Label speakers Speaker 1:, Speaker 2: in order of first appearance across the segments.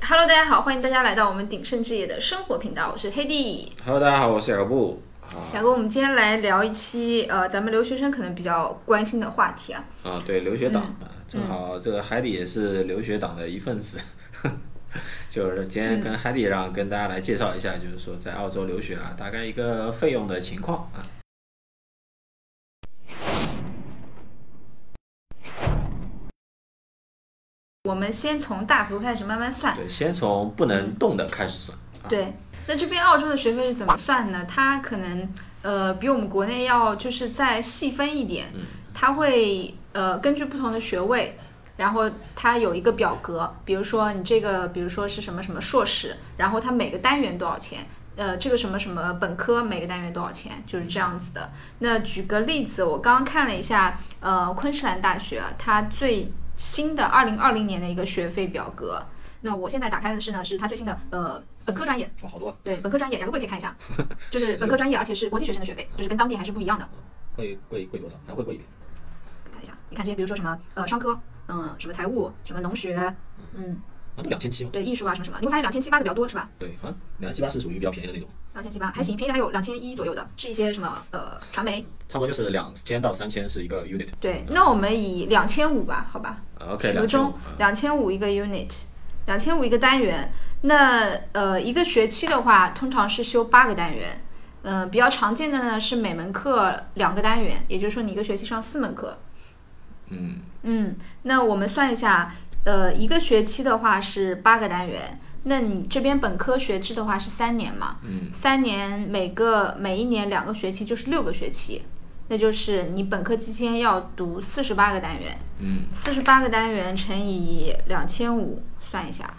Speaker 1: Hello，大家好，欢迎大家来到我们鼎盛置业的生活频道，我是黑弟。
Speaker 2: Hello，大家好，我是小布。啊
Speaker 1: 雅哥，我们今天来聊一期呃，咱们留学生可能比较关心的话题啊。
Speaker 2: 啊，对，留学党
Speaker 1: 嗯
Speaker 2: 啊，正好这个海底也是留学党的一份子， 就是今天跟
Speaker 1: 嗯
Speaker 2: 海底让跟大家来介绍一下，就是说在澳洲留学啊，大概一个费用的情况啊。
Speaker 1: 我们先从大头开始慢慢算。
Speaker 2: 对，先从不能动的开始算。
Speaker 1: 对，那这边澳洲的学费是怎么算呢？它可能呃比我们国内要就是再细分一点，它会呃根据不同的学位，然后它有一个表格，比如说你这个比如说是什么什么硕士，然后它每个单元多少钱。呃，这个什么什么本科每个单元多少钱，就是这样子的。那举个例子，我刚刚看了一下，呃，昆士兰大学它最新的二零二零年的一个学费表格。那我现在打开的是呢，是它最新的呃本科专业，
Speaker 2: 哇，好多，啊
Speaker 1: 对，本科专业，两个贵可以看一下，就是本科专业，而且是国际学生的学费，就是跟当地还是不一样的。
Speaker 2: 会贵贵多少？还会贵一点。
Speaker 1: 看一下，你看这些，比如说什么呃商科，嗯、什么财务，什么农学，嗯，
Speaker 2: 啊，都两千七嘛。
Speaker 1: 对，艺术啊什么什么，你会发现两千七八的比较多是吧？
Speaker 2: 对，好像两千七八是属于比较便宜的那种，
Speaker 1: 两千七八还行，便宜的还有两千一左右的，是一些什么呃传媒。
Speaker 2: 差不多就是两千到三千是一个 unit。
Speaker 1: 对，那我们以两千五吧，好吧，
Speaker 2: 啊
Speaker 1: 折
Speaker 2: OK，两千
Speaker 1: 中两千五一个 unit，两千五一个单元。那呃，一个学期的话，通常是修八个单元。嗯、比较常见的呢是每门课两个单元，也就是说你一个学期上四门课。
Speaker 2: 嗯，
Speaker 1: 嗯，那我们算一下，呃，一个学期的话是八个单元。那你这边本科学制的话是三年嘛？嗯，三年每个每一年两个学期就是六个学期，那就是你本科期间要读四十八个单元。
Speaker 2: 嗯，
Speaker 1: 四十八个单元乘以两千五，算一下。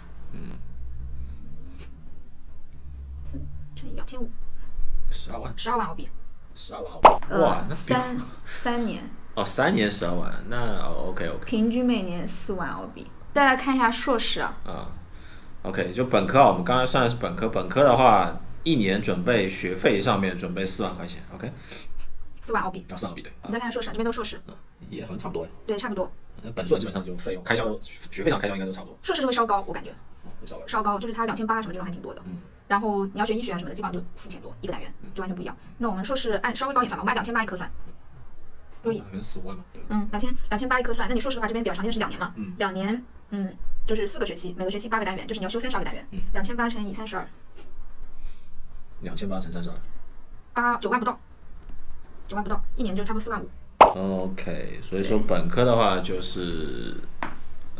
Speaker 1: 嗯，乘以两千五，
Speaker 2: 十二万，
Speaker 1: 十二万澳币。
Speaker 2: 十二万澳币，
Speaker 1: 呃，
Speaker 2: 哇，那比
Speaker 1: 三三年。
Speaker 2: 哦，三年十二万，那哦 OK OK。
Speaker 1: 平均每年四万澳币。再来看一下硕士啊，
Speaker 2: 啊，OK，就本科啊，我们刚才算的是本科，本科的话，一年准备学费上面准备四万块钱，OK，
Speaker 1: 四万澳币。
Speaker 2: 啊，四万比对，啊
Speaker 1: 你再看看硕士啊，这边都硕士，
Speaker 2: 也好像差不多呀。
Speaker 1: 对，差不多。
Speaker 2: 那本硕基本上就费用开销，学费上开销应该都差不多，
Speaker 1: 硕士是会稍高，我感觉
Speaker 2: 会稍微。
Speaker 1: 稍高，就是它两千八什么这种还挺多的。
Speaker 2: 嗯
Speaker 1: 然后你要学医学啊什么的，基本上就四千多一个单元，就完全不一样。那我们硕士按稍微高一点算吧，我们按两千八一科算。所以
Speaker 2: 可能四五万吧，对，
Speaker 1: 嗯，两千两千八一科算。那你硕士的话，这边比较常见的是两年嘛，两年，嗯，就是四个学期，每个学期八个单元，就是你要修三十二个单元，
Speaker 2: 嗯
Speaker 1: 两千八乘以三十二，
Speaker 2: 两千八乘三十二。
Speaker 1: 八九万不到，九万不到，一年就差不多四万五。
Speaker 2: OK，所以说本科的话就是，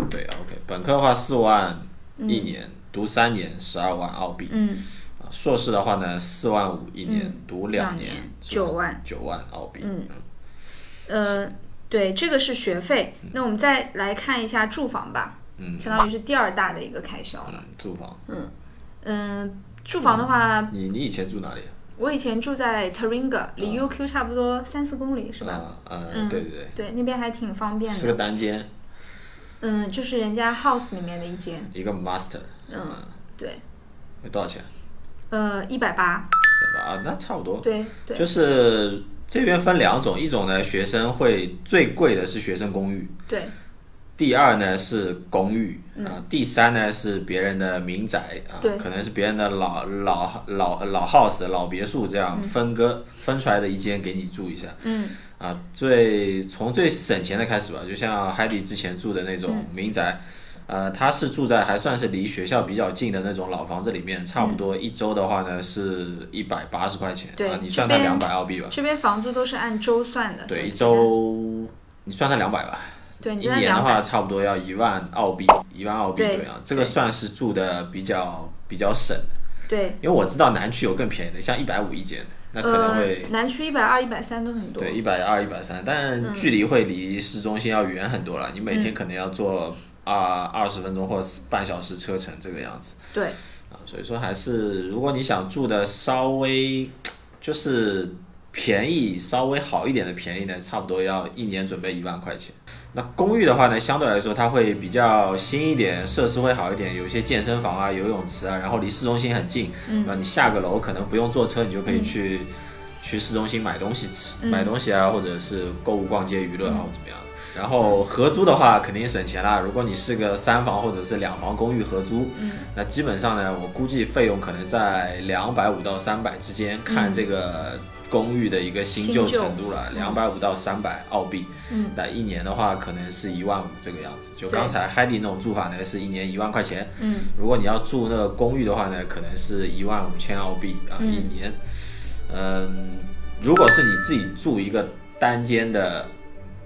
Speaker 2: 对，OK，本科的话四万一年，读三年十二万澳币，
Speaker 1: 嗯，
Speaker 2: 啊硕士的话呢四万五一年，读
Speaker 1: 两
Speaker 2: 年
Speaker 1: 年
Speaker 2: 是吧
Speaker 1: 9万
Speaker 2: 九万澳币，
Speaker 1: 嗯呃，对，这个是学费。那我们再来看一下住房吧，
Speaker 2: 嗯
Speaker 1: 相当于是第二大的一个开销了。
Speaker 2: 嗯，住房，
Speaker 1: 嗯，住房的话，
Speaker 2: 你你以前住哪里？啊
Speaker 1: 我以前住在 Taringa，离 UQ 差不多三四公里，是吧？
Speaker 2: 啊，嗯，对对对，
Speaker 1: 对，那边还挺方便
Speaker 2: 是个
Speaker 1: 的。
Speaker 2: 单间，
Speaker 1: 嗯，就是人家 house 里面的一间。
Speaker 2: 一个 master，啊
Speaker 1: 嗯，对，
Speaker 2: 有多少钱？
Speaker 1: 呃，一百八。
Speaker 2: 对吧？啊，那差不多。
Speaker 1: 对对，
Speaker 2: 就是这边分两种，一种呢，学生会最贵的是学生公寓，
Speaker 1: 对
Speaker 2: 第二呢是公寓啊，第三呢是别人的民宅啊
Speaker 1: 嗯对，
Speaker 2: 可能是别人的老老老老 house 老别墅这样分割分出来的一间给你住一下。
Speaker 1: 嗯。
Speaker 2: 啊，最从最省钱的开始吧，就像海底之前住的那种
Speaker 1: 嗯
Speaker 2: 民宅。呃，他是住在还算是离学校比较近的那种老房子里面，差不多一周的话呢是一百八十块钱
Speaker 1: 嗯对
Speaker 2: 啊，你
Speaker 1: 这
Speaker 2: 算它
Speaker 1: 边
Speaker 2: 两百澳币吧。
Speaker 1: 这边房租都是按周算的。
Speaker 2: 对，一
Speaker 1: 就是看。
Speaker 2: 周你算它两百吧，
Speaker 1: 对，你
Speaker 2: 一
Speaker 1: 就按
Speaker 2: 年的
Speaker 1: 两百。
Speaker 2: 话差不多要一万澳币，一万澳币
Speaker 1: 对
Speaker 2: 怎么样？这个算是住的比较比较省，
Speaker 1: 对，
Speaker 2: 因为我知道南区有更便宜的，像一百五一间的，那可能
Speaker 1: 呃
Speaker 2: 会、，
Speaker 1: 南区一百二、一百三都很多。
Speaker 2: 对，一百二、一百三，
Speaker 1: 嗯
Speaker 2: 但距离会离市中心要远很多了。你每天可能要坐啊二十分钟或是半小时车程这个样子
Speaker 1: 对
Speaker 2: 啊，所以说还是如果你想住的稍微就是便宜稍微好一点的便宜呢，差不多要一年准备一万块钱。那公寓的话呢，相对来说它会比较新一点，设施会好一点，有一些健身房啊、游泳池啊，然后离市中心很近，那、你下个楼可能不用坐车，你就可以去、嗯去市中心买东西吃、买东西啊，或者是购物、逛街、娱乐啊，或者怎么样的。然后合租的话肯定省钱啦。如果你是个三房或者是两房公寓合租，那基本上呢，我估计费用可能在两百五到三百之间，看这个公寓的一个嗯新旧程度了，两百五到三百澳币。
Speaker 1: 嗯，
Speaker 2: 那一年的话可能是一万五这个样子。就
Speaker 1: 对
Speaker 2: 刚才 Heidi 那种住法呢，是一年一万块钱。
Speaker 1: 嗯，
Speaker 2: 如果你要住那个公寓的话呢，可能是一万五千澳币啊、
Speaker 1: 嗯
Speaker 2: 一年。嗯，如果是你自己住一个单间的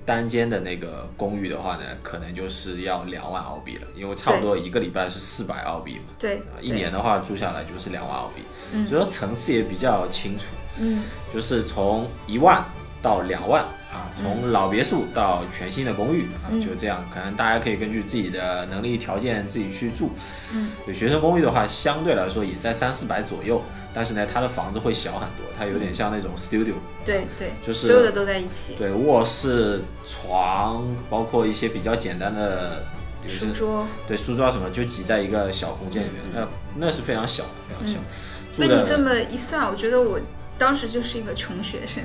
Speaker 2: 单间的那个公寓的话呢，可能就是要两万澳币了，因为差不多一个礼拜是四百澳币嘛，
Speaker 1: 对
Speaker 2: 啊，一年的话住下来就是两万澳币，
Speaker 1: 嗯
Speaker 2: 所以说层次也比较清楚，
Speaker 1: 对，嗯
Speaker 2: 就是从一万到两万啊，从老别墅到全新的公寓啊，
Speaker 1: 嗯
Speaker 2: 就这样，可能大家可以根据自己的能力条件自己去住。
Speaker 1: 嗯，
Speaker 2: 对学生公寓的话，相对来说也在三四百左右，但是呢，它的房子会小很多，它有
Speaker 1: 嗯
Speaker 2: 点像那种 studio，
Speaker 1: 对对，
Speaker 2: 就是
Speaker 1: 所有的都在一起，
Speaker 2: 对，卧室、床，包括一些比较简单的，比如
Speaker 1: 书
Speaker 2: 是
Speaker 1: 桌嗯
Speaker 2: 对书桌啊什么，就挤在一个小空间里面，那那是非常小的，非常小。住
Speaker 1: 被嗯你这
Speaker 2: 的
Speaker 1: 么一算，我觉得我当时就是一个穷学生。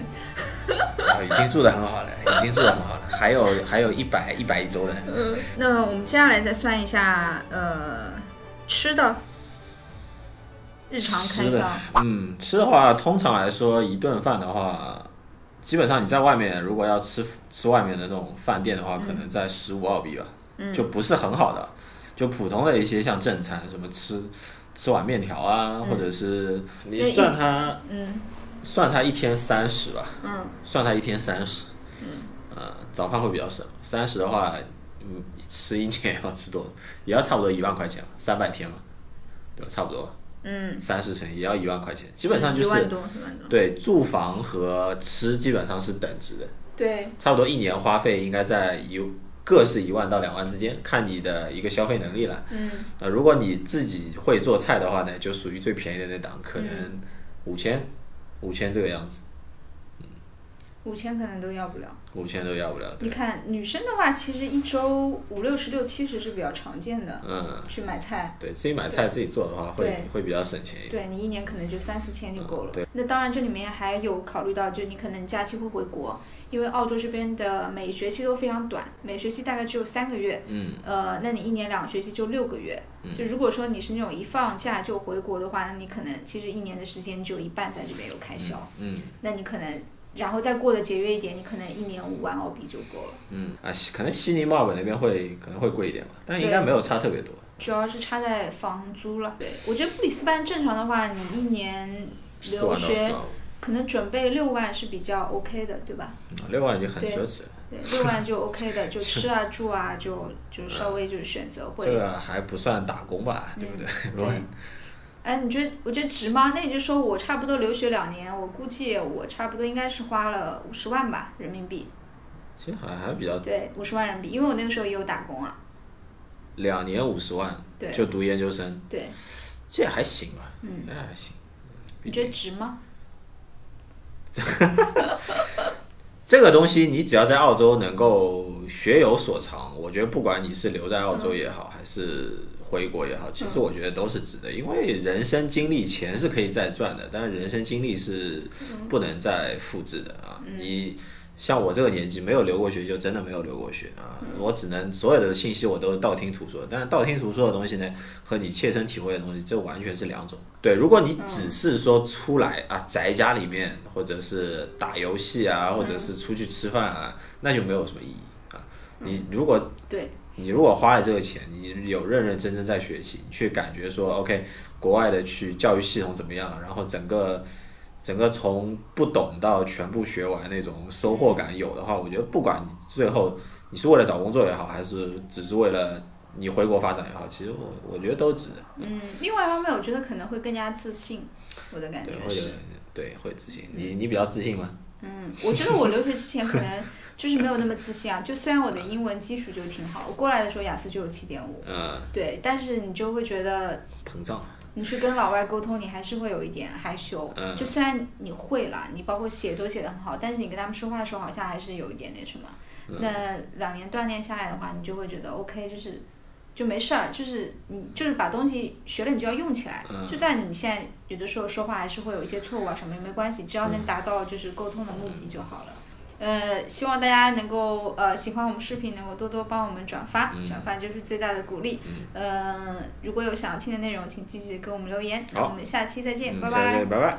Speaker 2: 啊已经住的很好了，已经住的很好了，还有还有一百一百一周呢。
Speaker 1: 嗯，那我们接下来再算一下，呃，吃的日常开
Speaker 2: 吃的
Speaker 1: 销，
Speaker 2: 嗯，吃的话，通常来说一顿饭的话，基本上你在外面如果要吃吃外面的那种饭店的话，可能
Speaker 1: 嗯
Speaker 2: 在十五澳币吧，就不是很好的，就普通的一些像正餐，什么吃吃碗面条啊，或者是
Speaker 1: 嗯那
Speaker 2: 你
Speaker 1: 一
Speaker 2: 算它
Speaker 1: 嗯
Speaker 2: 算它一天三十吧，
Speaker 1: 嗯，
Speaker 2: 算它一天三十，嗯，呃，早饭会比较省，三十的话，嗯，吃一年要吃多，也要差不多一万块钱吧，三百天嘛，对吧？差不多吧，
Speaker 1: 嗯，
Speaker 2: 三十乘也要一万块钱，基本上就
Speaker 1: 一万
Speaker 2: 是
Speaker 1: 多，一万多，
Speaker 2: 对住房和吃基本上是等值的，
Speaker 1: 对，
Speaker 2: 差不多一年花费应该在一各是一万到两万之间，看你的一个消费能力了。
Speaker 1: 嗯，
Speaker 2: 那如果你自己会做菜的话呢，就属于最便宜的那档，可能五千、五千这个样子，
Speaker 1: 五千可能都要不了。
Speaker 2: 五千都要不了。
Speaker 1: 你看女生的话，其实一周五六十、六七十是比较常见的，
Speaker 2: 嗯，
Speaker 1: 去买菜，
Speaker 2: 对自己买菜自己做的话会，
Speaker 1: 对
Speaker 2: 会比较省钱一点。
Speaker 1: 对你一年可能就三四千就够了。
Speaker 2: 对
Speaker 1: 那当然，这里面还有考虑到，就你可能假期会回国，因为澳洲这边的每学期都非常短，每学期大概只有三个月，
Speaker 2: 嗯，
Speaker 1: 呃，那你一年两个学期就六个月，就如果说你是那种一放假就回国的话，那你可能其实一年的时间只有一半在这边有开销，
Speaker 2: 嗯
Speaker 1: 那你可能然后再过得节约一点，你可能一年五万澳币就够了。
Speaker 2: 嗯啊，西可能悉尼、墨尔本那边会可能会贵一点吧，但应该
Speaker 1: 对
Speaker 2: 没有差特别多。
Speaker 1: 主要是差在房租了。对，我觉得布里斯班正常的话，你一年
Speaker 2: 四
Speaker 1: 留
Speaker 2: 万到四
Speaker 1: 学
Speaker 2: 万五，
Speaker 1: 可能准备六万是比较 OK 的，对吧？
Speaker 2: 嗯六万已经很
Speaker 1: 对
Speaker 2: 奢侈了。
Speaker 1: 对，六万就 OK 的，就吃啊住啊， 就就稍微就是选择
Speaker 2: 这
Speaker 1: 会。嗯
Speaker 2: 个还不算打工吧，对不对？ 如果
Speaker 1: 对，哎，你觉得？我觉得值吗？那你就说我差不多留学两年，我估计我差不多应该是花了五十万吧，人民币。
Speaker 2: 其实还还比较，
Speaker 1: 对，五十万人民币，因为我那个时候也有打工啊。
Speaker 2: 两年五十万
Speaker 1: 对
Speaker 2: 就读研究生，
Speaker 1: 对，
Speaker 2: 这还行吧，
Speaker 1: 嗯，
Speaker 2: 这还行。
Speaker 1: 你觉得值吗？
Speaker 2: 这个东西你只要在澳洲能够学有所长，我觉得不管你是留在澳洲也好，还是回国也好，其实我觉得都是值得，因为人生经历钱是可以再赚的，但是人生经历是不能再复制的啊！你像我这个年纪没有留过学，就真的没有留过学啊！我只能所有的信息我都道听途说，但是道听途说的东西呢，和你切身体会的东西，这完全是两种。对，如果你只是说出来啊，宅家里面或者是打游戏啊，或者是出去吃饭啊，那就没有什么意义啊。你如果
Speaker 1: 对，
Speaker 2: 你如果花了这个钱，你有认认真真在学习，你去感觉说，OK，国外的去教育系统怎么样，然后整个整个从不懂到全部学完那种收获感有的话，我觉得不管你最后你是为了找工作也好，还是只是为了你回国发展也好，其实我我觉得都值得，
Speaker 1: 嗯，另外一方面，我觉得可能会更加自信，我的感觉
Speaker 2: 对，会有
Speaker 1: 是。
Speaker 2: 对会自信。你你比较自信吗？
Speaker 1: 嗯，我觉得我留学之前可能就是没有那么自信啊。就虽然我的英文基础就挺好，我过来的时候雅思就有七点五，
Speaker 2: 呃，
Speaker 1: 对，但是你就会觉得
Speaker 2: 膨胀。
Speaker 1: 你去跟老外沟通，你还是会有一点害羞。
Speaker 2: 嗯
Speaker 1: 就虽然你会了，你包括写都写得很好，但是你跟他们说话的时候好像还是有一点那什么。那两年锻炼下来的话，你就会觉得 OK，就是就没事儿，就是你就是把东西学了，你就要用起来。
Speaker 2: 嗯
Speaker 1: 就算你现在
Speaker 2: 嗯
Speaker 1: 有的时候说话还是会有一些错误啊什么也没关系，只要能达到就是沟通的目的就好了。呃，希望大家能够呃喜欢我们视频，能够多多帮我们转发，
Speaker 2: 嗯
Speaker 1: 转发就是最大的鼓励。
Speaker 2: 嗯
Speaker 1: 呃，如果有想要听的内容，请积极地给我们留言。那
Speaker 2: 好
Speaker 1: 我们下期再见，
Speaker 2: 嗯，
Speaker 1: 拜
Speaker 2: 下期
Speaker 1: 哎拜
Speaker 2: 再见，。拜拜。